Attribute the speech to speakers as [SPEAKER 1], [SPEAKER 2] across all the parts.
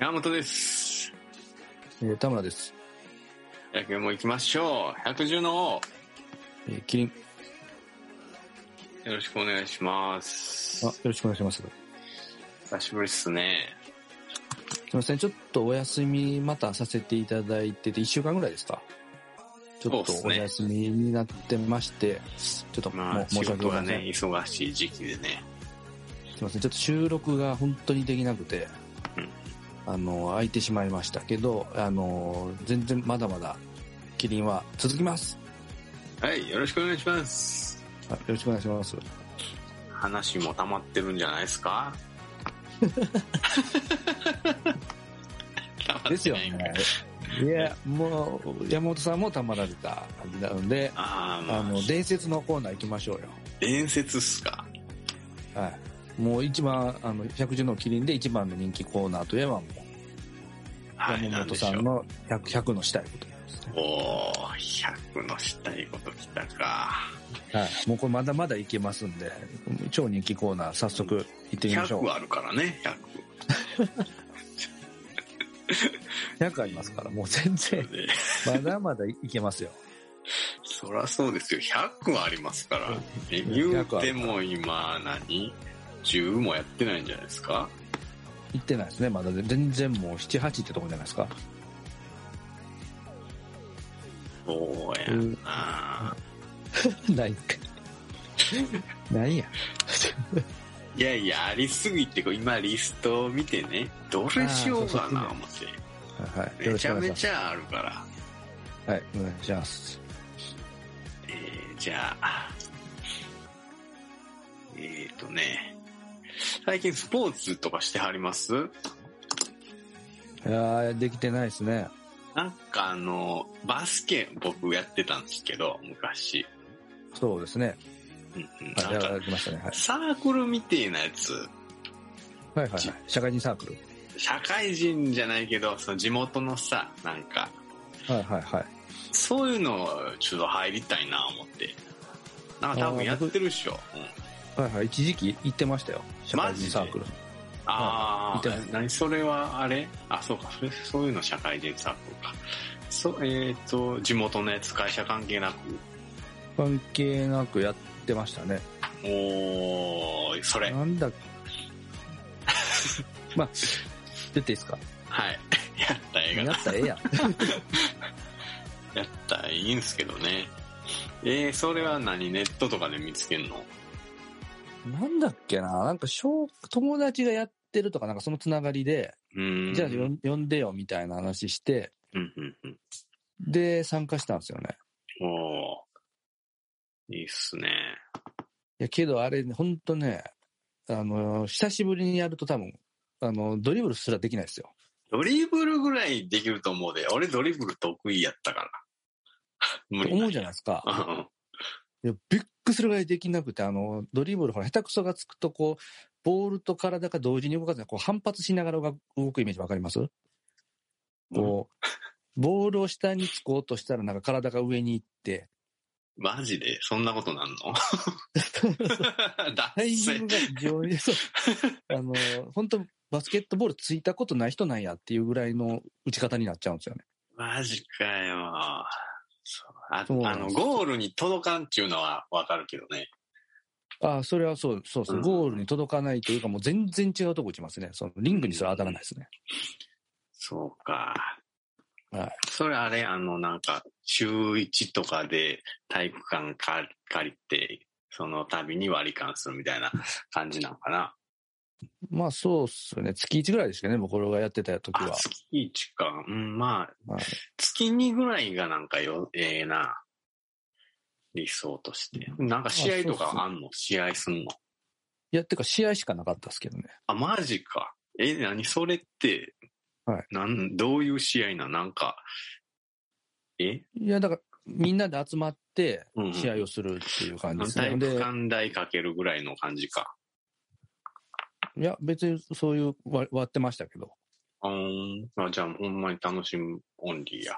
[SPEAKER 1] 山本です。
[SPEAKER 2] えー田村です。
[SPEAKER 1] 野球も行きましょう。百獣の
[SPEAKER 2] えーキリン。
[SPEAKER 1] 王、よろしくお願いします
[SPEAKER 2] あ、。よろしくお願いします。す
[SPEAKER 1] 久しぶりっすね。
[SPEAKER 2] いません。ちょっとお休みまたさせていただいてて、1週間ぐらいですかちょっと
[SPEAKER 1] そうっす
[SPEAKER 2] お
[SPEAKER 1] ね
[SPEAKER 2] 休みになってまして、ちょっともう、
[SPEAKER 1] まあ、
[SPEAKER 2] 申
[SPEAKER 1] 仕
[SPEAKER 2] し訳
[SPEAKER 1] 事
[SPEAKER 2] ござ
[SPEAKER 1] が
[SPEAKER 2] いません。
[SPEAKER 1] ね、忙しい時期でね。
[SPEAKER 2] すいません。ちょっと収録が本当にできなくて、
[SPEAKER 1] うん
[SPEAKER 2] あの、空いてしまいましたけど、あの、全然まだまだキリンは続きます。
[SPEAKER 1] はい、よろしくお願いします。
[SPEAKER 2] あよろしくお願いします。
[SPEAKER 1] 話も溜まってるんじゃないです か溜まってない
[SPEAKER 2] ですよね。いや、もう、山本さんもたまられた感じなので、
[SPEAKER 1] ああ、まあ、
[SPEAKER 2] あの、伝説のコーナー行きましょうよ。
[SPEAKER 1] 伝説っすか。
[SPEAKER 2] はい。もう一番、あの、百獣の麒麟で一番の人気コーナーといえば、もう、
[SPEAKER 1] はい、な
[SPEAKER 2] 山
[SPEAKER 1] んで
[SPEAKER 2] 本
[SPEAKER 1] し
[SPEAKER 2] さ
[SPEAKER 1] ょ
[SPEAKER 2] ん
[SPEAKER 1] う。
[SPEAKER 2] の 100, 100のしたいことですね。
[SPEAKER 1] おー、100のしたいこと来たか。
[SPEAKER 2] はい。もうこれまだまだいけますんで、超人気コーナー、早速行ってみましょう
[SPEAKER 1] 100。あるからね、
[SPEAKER 2] 100, ありますから、もう 全然、
[SPEAKER 1] 100 。
[SPEAKER 2] まだまだいけますよ。
[SPEAKER 1] そらそうですよ。100はありますから。え
[SPEAKER 2] うん
[SPEAKER 1] 言うても今何 ?10 もやってないんじゃないですか
[SPEAKER 2] 行ってないですね、まだ。全然もう7、8ってとこじゃないですか。
[SPEAKER 1] そうや
[SPEAKER 2] うん
[SPEAKER 1] な、
[SPEAKER 2] ない か。ないや。
[SPEAKER 1] いやいや、ありすぎて、こう今リストを見てね、どれしようかな、
[SPEAKER 2] あー
[SPEAKER 1] 思って。
[SPEAKER 2] はい。
[SPEAKER 1] め
[SPEAKER 2] よろし
[SPEAKER 1] ち
[SPEAKER 2] く
[SPEAKER 1] ゃ
[SPEAKER 2] お願
[SPEAKER 1] め
[SPEAKER 2] いします。
[SPEAKER 1] ちゃあるから。
[SPEAKER 2] はい。お願いします。
[SPEAKER 1] えー、じゃあ、えっ、ー、とね、最近スポーツとかしてはります
[SPEAKER 2] いやーできてないですね。
[SPEAKER 1] なんかあの、バスケ僕やってたんですけど、昔。
[SPEAKER 2] そうですね。
[SPEAKER 1] うんうん、
[SPEAKER 2] はい。
[SPEAKER 1] な
[SPEAKER 2] や
[SPEAKER 1] んから
[SPEAKER 2] れてましたね。はい。
[SPEAKER 1] サークルみてえなやつ、
[SPEAKER 2] はいはいはい。社会人サークル。
[SPEAKER 1] 社会人じゃないけど、その地元のさ、なんか、
[SPEAKER 2] はいはいはい。
[SPEAKER 1] そういうのをちょっと入りたいな思って。なんか多分やってるっしょ。うん、
[SPEAKER 2] はいはい、一時期行ってましたよ。社会人サークル。
[SPEAKER 1] あ
[SPEAKER 2] はいい
[SPEAKER 1] あ、何それはあれあ、そうか、それそういうの社会人サークルか。そう、えっ、と、地元のやつ、会社関係なく。
[SPEAKER 2] 関係なくやってましたね。
[SPEAKER 1] おー、それ。
[SPEAKER 2] な んだっけまあ、出ていいですか
[SPEAKER 1] はい。 やったらええ
[SPEAKER 2] や
[SPEAKER 1] がな。
[SPEAKER 2] ったらええやん。
[SPEAKER 1] やったらいいんすけどね。えー、それは何ネットとかで見つけんの
[SPEAKER 2] なんだっけななんか小、友達がやってるとか、なんかそのつながりで、
[SPEAKER 1] うーん。
[SPEAKER 2] じゃあよん呼んでよみたいな話して、
[SPEAKER 1] うんうんうん。
[SPEAKER 2] で、参加したんですよね。
[SPEAKER 1] おー。いいっすね。
[SPEAKER 2] いや、けどあれ、ほんとね、あの、久しぶりにやると多分、あの、ドリブルすらできないですよ。
[SPEAKER 1] ドリブルぐらいできると思うで。俺ドリブル得意やったから。 無理
[SPEAKER 2] 思うじゃない
[SPEAKER 1] い
[SPEAKER 2] ですか。
[SPEAKER 1] うん
[SPEAKER 2] いや、びっくりするぐらいできなくて、あの、ドリブル、ほら、下手くそがつくと、こう、ボールと体が同時に動かずに、こう、反発しながら動くイメージわかりますこう、ボールを下につこうとしたら、なんか体が上に行って、
[SPEAKER 1] マジでそんなことなんの だ
[SPEAKER 2] タ
[SPEAKER 1] っ
[SPEAKER 2] イミ
[SPEAKER 1] せ
[SPEAKER 2] ング。が非常に、そう、あの、本当バスケットボールついたことない人なんやっていうぐらいの打ち方になっちゃうんですよね。
[SPEAKER 1] マジかよ。そうあ
[SPEAKER 2] そう
[SPEAKER 1] あ
[SPEAKER 2] なん
[SPEAKER 1] の、
[SPEAKER 2] です
[SPEAKER 1] ゴールに届かんっていうのはわかるけどね。
[SPEAKER 2] ああ、それはそう、そうそうう、
[SPEAKER 1] ん
[SPEAKER 2] ゴールに届かないというか、もう全然違うとこ打ちますね。その、リングにすら当たらないですね。
[SPEAKER 1] そうか。
[SPEAKER 2] はい。
[SPEAKER 1] それあれ、あの、なんか、週1とかで体育館か借りて、その度に割り勘するみたい な感じなのかな。
[SPEAKER 2] まあ、そうっすよね。月1ぐらいですけどね、僕がやってた時
[SPEAKER 1] あ、
[SPEAKER 2] は。
[SPEAKER 1] 月1か。うん、まあ、
[SPEAKER 2] はい
[SPEAKER 1] 月2ぐらいがなんかよ、ええな。理想として。なんか試合と
[SPEAKER 2] あそうそう
[SPEAKER 1] かあんの試合すんの
[SPEAKER 2] いや、てか試合しかなかったですけどね。
[SPEAKER 1] あ、マジか。え、何それって、
[SPEAKER 2] はい
[SPEAKER 1] なん、どういう試合ななんか、え
[SPEAKER 2] いや、だから、みんなで集まって
[SPEAKER 1] うんうん、
[SPEAKER 2] 試合をするっていう感じですね。
[SPEAKER 1] 体育
[SPEAKER 2] で、
[SPEAKER 1] 館代かけるぐらいの感じか。
[SPEAKER 2] いや、別にそういう割割ってましたけど。
[SPEAKER 1] うーん。あ、じゃあ、ほんまに楽しむオンリーや。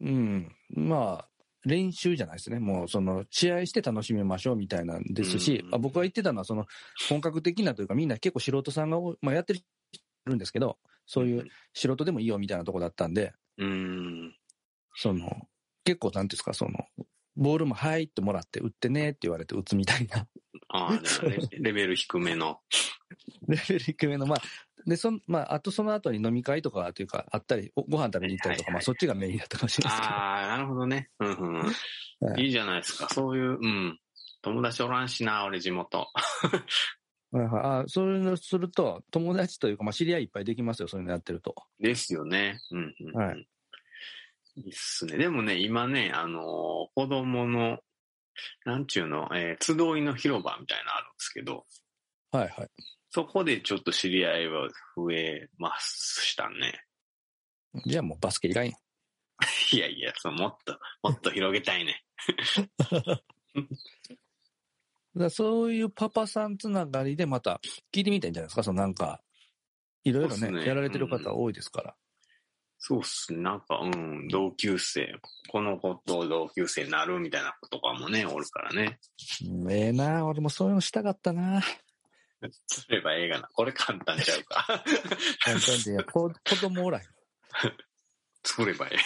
[SPEAKER 2] うん。まあ、練習じゃないですね。もう、その、試合して楽しみましょうみたいなんですし
[SPEAKER 1] う、ん
[SPEAKER 2] あ僕が言ってたのは、その、本格的なというか、みんな結構素人さんが多い、まあ、やってる人いるんですけど、そういう素人でもいいよみたいなとこだったんで、
[SPEAKER 1] うん。
[SPEAKER 2] その、結構なんていうんですか、その、ボールも入ってもらって、打ってねって言われて打つみたいな、
[SPEAKER 1] ああ、じゃあレレベル低めの。
[SPEAKER 2] レベル低めの、まあ、で、そんまあ、あとその後に飲み会とかというか、あったり、おご飯食べに行ったり
[SPEAKER 1] はい
[SPEAKER 2] とか、
[SPEAKER 1] はい
[SPEAKER 2] まあ、そっちがメインだったかもしれないですけど。
[SPEAKER 1] ああ、なるほどね。うんうん。
[SPEAKER 2] はい
[SPEAKER 1] いいじゃないですか。そういう、うん。友達おらんしな、俺地元。
[SPEAKER 2] はいはいあそれをすると、友達というか、まあ、知り合いいっぱいできますよ、そういうのやってると。
[SPEAKER 1] ですよね。うん、うん。。
[SPEAKER 2] はい
[SPEAKER 1] いっすね。でもね、今ね、あのー子供の、なんちゅうの、えー集いの広場みたいなのあるんですけど、
[SPEAKER 2] はいはい。
[SPEAKER 1] そこでちょっと知り合いは増えましたね。
[SPEAKER 2] じゃあもうバスケいらんやん。
[SPEAKER 1] いやいや、そうもっと、もっと広げたいね。
[SPEAKER 2] だからそういうパパさんつながりでまた聞いてみたいんじゃないですか、そのなんか、いろいろ
[SPEAKER 1] そう
[SPEAKER 2] ね、
[SPEAKER 1] っすね
[SPEAKER 2] やられてる方多いですから。
[SPEAKER 1] そうっすね。なんか、うん、同級生、この子と同級生になるみたいな子とかもね、おるからね。
[SPEAKER 2] うんええな俺もそういうのしたかったな
[SPEAKER 1] すれば映画な。これ簡単ちゃうか。
[SPEAKER 2] 簡単で、いやこ子供おらへん。
[SPEAKER 1] 作れば映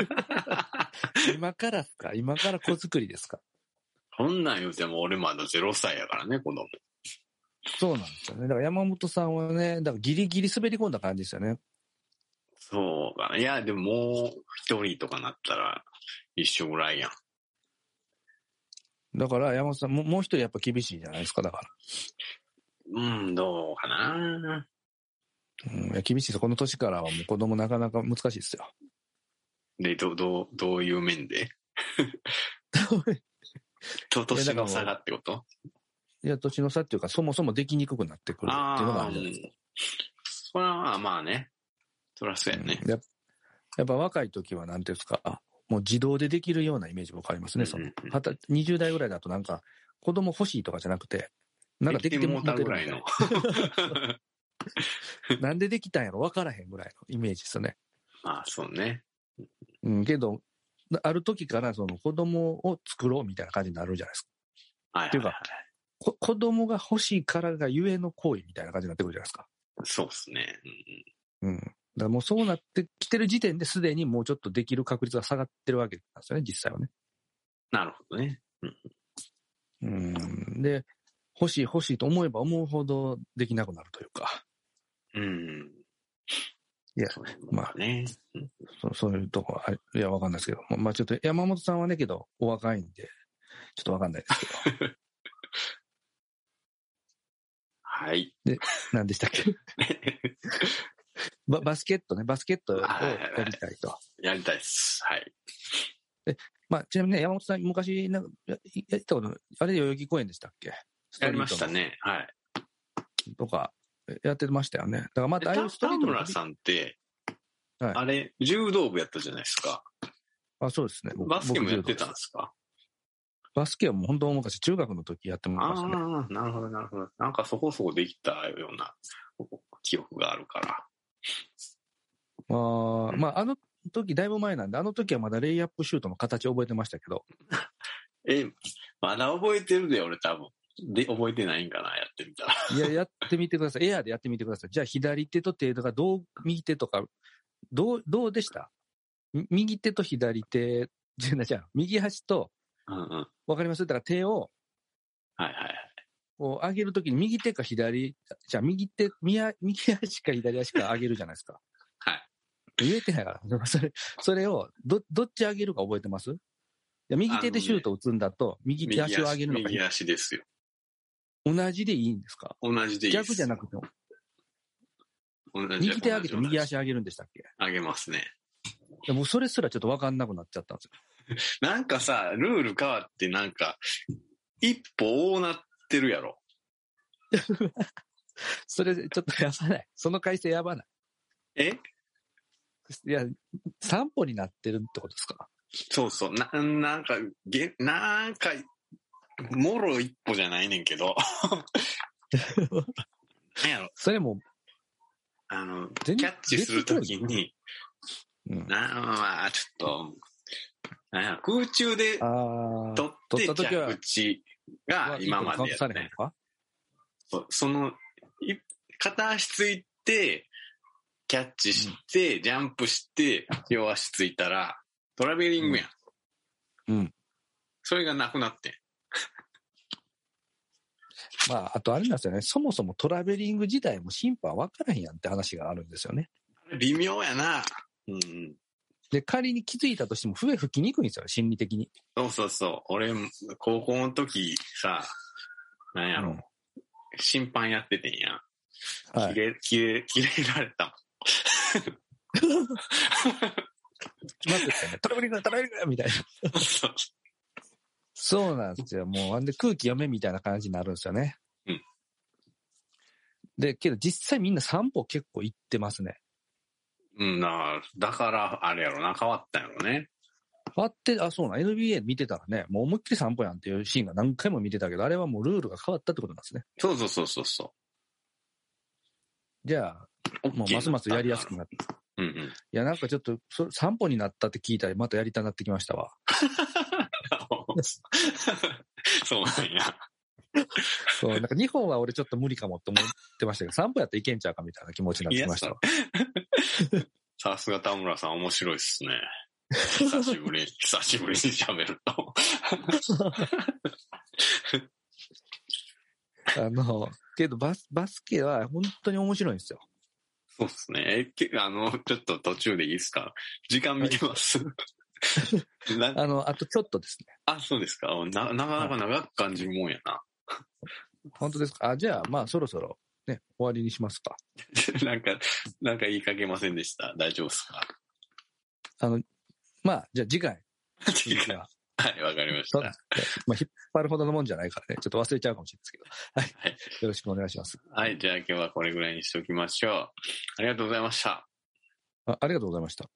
[SPEAKER 1] 画。
[SPEAKER 2] 今からっすか今から子作りですか
[SPEAKER 1] こんなん言うても俺まだ0歳やからね、子供。
[SPEAKER 2] そうなんですよね。だから山本さんはね、だからギリギリ滑り込んだ感じですよね。
[SPEAKER 1] そうかな。いや、でももう一人とかなったら一緒ぐらいやん。
[SPEAKER 2] だから山本さん、ももう一人やっぱ厳しいじゃないですか、だから。
[SPEAKER 1] うん、どうかな。
[SPEAKER 2] うん、いや厳しいです。この年からはもう子供なかなか難しいですよ。
[SPEAKER 1] で、ど、どう、どういう面でと、年の差がってこと
[SPEAKER 2] いや、年の差っていうか、そもそもできにくくなってくるっていうのがあ
[SPEAKER 1] ああー、
[SPEAKER 2] るじゃな
[SPEAKER 1] う
[SPEAKER 2] いですか
[SPEAKER 1] ん。それはまあね。そりゃそうやね。
[SPEAKER 2] やっやっぱ若い時はなんていうんですか、もう自動でできるようなイメージ僕ありますね。その
[SPEAKER 1] うんうんうん
[SPEAKER 2] はた20代ぐらいだとなんか、子供欲しいとかじゃなくて、なんかできても
[SPEAKER 1] うた
[SPEAKER 2] て
[SPEAKER 1] ぐ
[SPEAKER 2] る
[SPEAKER 1] ら
[SPEAKER 2] み
[SPEAKER 1] い
[SPEAKER 2] たい
[SPEAKER 1] の。
[SPEAKER 2] な。なんでできたんやろ分からへんぐらいのイメージですよね。
[SPEAKER 1] まあそうね。
[SPEAKER 2] うん、けど、ある時からその子供を作ろうみたいな感じになるじゃないですか。
[SPEAKER 1] はい
[SPEAKER 2] って
[SPEAKER 1] はいいうは
[SPEAKER 2] か
[SPEAKER 1] い。
[SPEAKER 2] こ子供が欲しいからがゆえの行為みたいな感じになってくるじゃないですか。
[SPEAKER 1] そうっすね。うんうん
[SPEAKER 2] うん。だからもうそうなってきてる時点ですでにもうちょっとできる確率が下がってるわけなんですよね、実際はね。
[SPEAKER 1] なるほどね。
[SPEAKER 2] うんで、欲しい欲しいと思えば思うほどできなくなるというか、
[SPEAKER 1] うん。
[SPEAKER 2] いや
[SPEAKER 1] そうね、まあね。
[SPEAKER 2] そそういうとこは、ありいや、わかんないですけど、ままあちょっと山本さんはね、けど、お若いんで、ちょっとわかんないですけ
[SPEAKER 1] はい。
[SPEAKER 2] ど、何でしたっけババスケットね、バスケットを
[SPEAKER 1] はいはいはい
[SPEAKER 2] やりたいと。
[SPEAKER 1] やりたいっす。はい。
[SPEAKER 2] まあ、ちなみにね、山本さん、昔なんか、ややったこと、あれ、代々木公園でしたっけ
[SPEAKER 1] やりました。ね。はい。
[SPEAKER 2] ストリートのとか、やってましたよね。だからま
[SPEAKER 1] で
[SPEAKER 2] た、ああいう
[SPEAKER 1] 田
[SPEAKER 2] ストリ
[SPEAKER 1] 田
[SPEAKER 2] ートの
[SPEAKER 1] 村さんって、
[SPEAKER 2] はい
[SPEAKER 1] あれ、柔道部やったじゃないですか。
[SPEAKER 2] あ、そうですね。僕
[SPEAKER 1] バスケもやって
[SPEAKER 2] 僕柔道
[SPEAKER 1] たん
[SPEAKER 2] で
[SPEAKER 1] ですすか
[SPEAKER 2] バスケはもう本当大昔、中学の時やってもらいましたね。
[SPEAKER 1] ああ、なるほど、なるほど。なんかそこそこできたような記憶があるから。
[SPEAKER 2] ああ、
[SPEAKER 1] うん
[SPEAKER 2] まあ、あの時、だいぶ前なんで、あの時はまだレイアップシュートの形覚えてましたけ ど、
[SPEAKER 1] え、まだ覚えてるで、俺多分。で、覚えてないんかな、やってみたら。
[SPEAKER 2] いや、やってみてください。エアーでやってみてください。じゃあ、左手と手とか、どう、右手とか、どう、どうでしたみ右手と左手、じゃあ、じゃあ右端と、
[SPEAKER 1] うんうん。はい
[SPEAKER 2] わかりますだから手を、
[SPEAKER 1] はい。
[SPEAKER 2] こう、上げるときに、右手か左、じゃあ、右手、右足右足か左足か上げるじゃないで すか。
[SPEAKER 1] はい。
[SPEAKER 2] 言えてないから、それ、それを、ど、どっち上げるか覚えてますいや右手でシュートを打つんだと、右手足を上げるのか
[SPEAKER 1] 右、足ですよ。
[SPEAKER 2] 同じでいいんですか
[SPEAKER 1] 同じでいいです。
[SPEAKER 2] 逆じゃなくて、
[SPEAKER 1] 同じ、
[SPEAKER 2] 右手上げて
[SPEAKER 1] 同じ
[SPEAKER 2] 右。足上げるんでしたっけ
[SPEAKER 1] 上げますね。
[SPEAKER 2] でもそれすらちょっと分かんなくなっちゃったんですよ。
[SPEAKER 1] なんかさ、ルール変わってなんか、一歩多なってるやろ。
[SPEAKER 2] それちょっとやばない。その改正やばない。
[SPEAKER 1] え
[SPEAKER 2] いや、散歩になってるってことですか
[SPEAKER 1] そうそう。な、なんか、げ、なんか、もろ一歩じゃないねんけ ど。なんやろ、
[SPEAKER 2] それも、
[SPEAKER 1] あの、キ
[SPEAKER 2] 全
[SPEAKER 1] ャッチするときに、
[SPEAKER 2] うん、
[SPEAKER 1] なまあ、ちょっと、なんやろ空中で
[SPEAKER 2] あー
[SPEAKER 1] 取って
[SPEAKER 2] 取った時は
[SPEAKER 1] 着地が今までやった
[SPEAKER 2] いいことかもしれへん
[SPEAKER 1] ね
[SPEAKER 2] のか
[SPEAKER 1] そうその、い片足ついて、キャッチして、ジャンプして、両足ついたら、トラベリングやん。
[SPEAKER 2] うん。
[SPEAKER 1] それがなくなってん。
[SPEAKER 2] まあ、あとあれなんですよね。そもそもトラベリング自体も審判分からへんやんって話があるんですよね。
[SPEAKER 1] あれ微妙やな。うん。
[SPEAKER 2] で、仮に気づいたとしても笛吹きにくいんですよ、心理的に。
[SPEAKER 1] そうそうそう。俺、高校の時さ、なんやろ、
[SPEAKER 2] うん
[SPEAKER 1] 審判やっててんやん。
[SPEAKER 2] は
[SPEAKER 1] 切
[SPEAKER 2] い。
[SPEAKER 1] れ、切れ、切れられたもん。
[SPEAKER 2] 待ってたね。トラベリングだトラベリングだみたいな。
[SPEAKER 1] そう
[SPEAKER 2] そうなんですよ。もう、あんで空気読めみたいな感じになるんですよね。
[SPEAKER 1] うん。
[SPEAKER 2] で、けど実際みんな散歩結構行ってますね。
[SPEAKER 1] うん、なだから、あれやろな、変わったんやろね。
[SPEAKER 2] 割って、あ、そうなん、NBA 見てたらね、もう思いっきり散歩やんっていうシーンが何回も見てたけど、あれはもうルールが変わったってことなんですね。
[SPEAKER 1] そうそうそうそうそ
[SPEAKER 2] じゃあ、
[SPEAKER 1] う。
[SPEAKER 2] もうますますやりやすく
[SPEAKER 1] な
[SPEAKER 2] なって。い
[SPEAKER 1] うんうん。
[SPEAKER 2] や、なんかちょっと、それ散歩になったって聞いたら、またやりたなってきましたわ。
[SPEAKER 1] そうなんや。
[SPEAKER 2] そう、なんか日本は俺ちょっと無理かもって思ってましたけど、散歩やったらいけんちゃうかみたいな気持ちになってきましたわ。
[SPEAKER 1] さ すが田村さん面白いっすね。久し ぶり、久しぶりに喋ると。
[SPEAKER 2] あの、けどバス、バスケは本当に面白いんですよ。
[SPEAKER 1] そうっすね。え、けあの、ちょっと途中でいいっすか時間見てます。な
[SPEAKER 2] あの、あとちょっとですね。
[SPEAKER 1] あ、そうですか。な、なかなか長く感じるもんやな。
[SPEAKER 2] 本当ですかあ、じゃあ、まあそろそろね、終わりにしますか。
[SPEAKER 1] なんか、なんか言いかけませんでした。大丈夫っす か
[SPEAKER 2] あの、まあ、じゃあ次回、次回は。
[SPEAKER 1] はい、わかりまし
[SPEAKER 2] そう
[SPEAKER 1] た。
[SPEAKER 2] まあ、引っ張るほどのもんじゃないからね。ちょっと忘れちゃうかもしれないですけど。は
[SPEAKER 1] はい
[SPEAKER 2] い。よろしくお願いします。
[SPEAKER 1] はい、じゃあ今日はこれぐらいにしておきましょう。ありがとうございました。
[SPEAKER 2] あありがとうございました。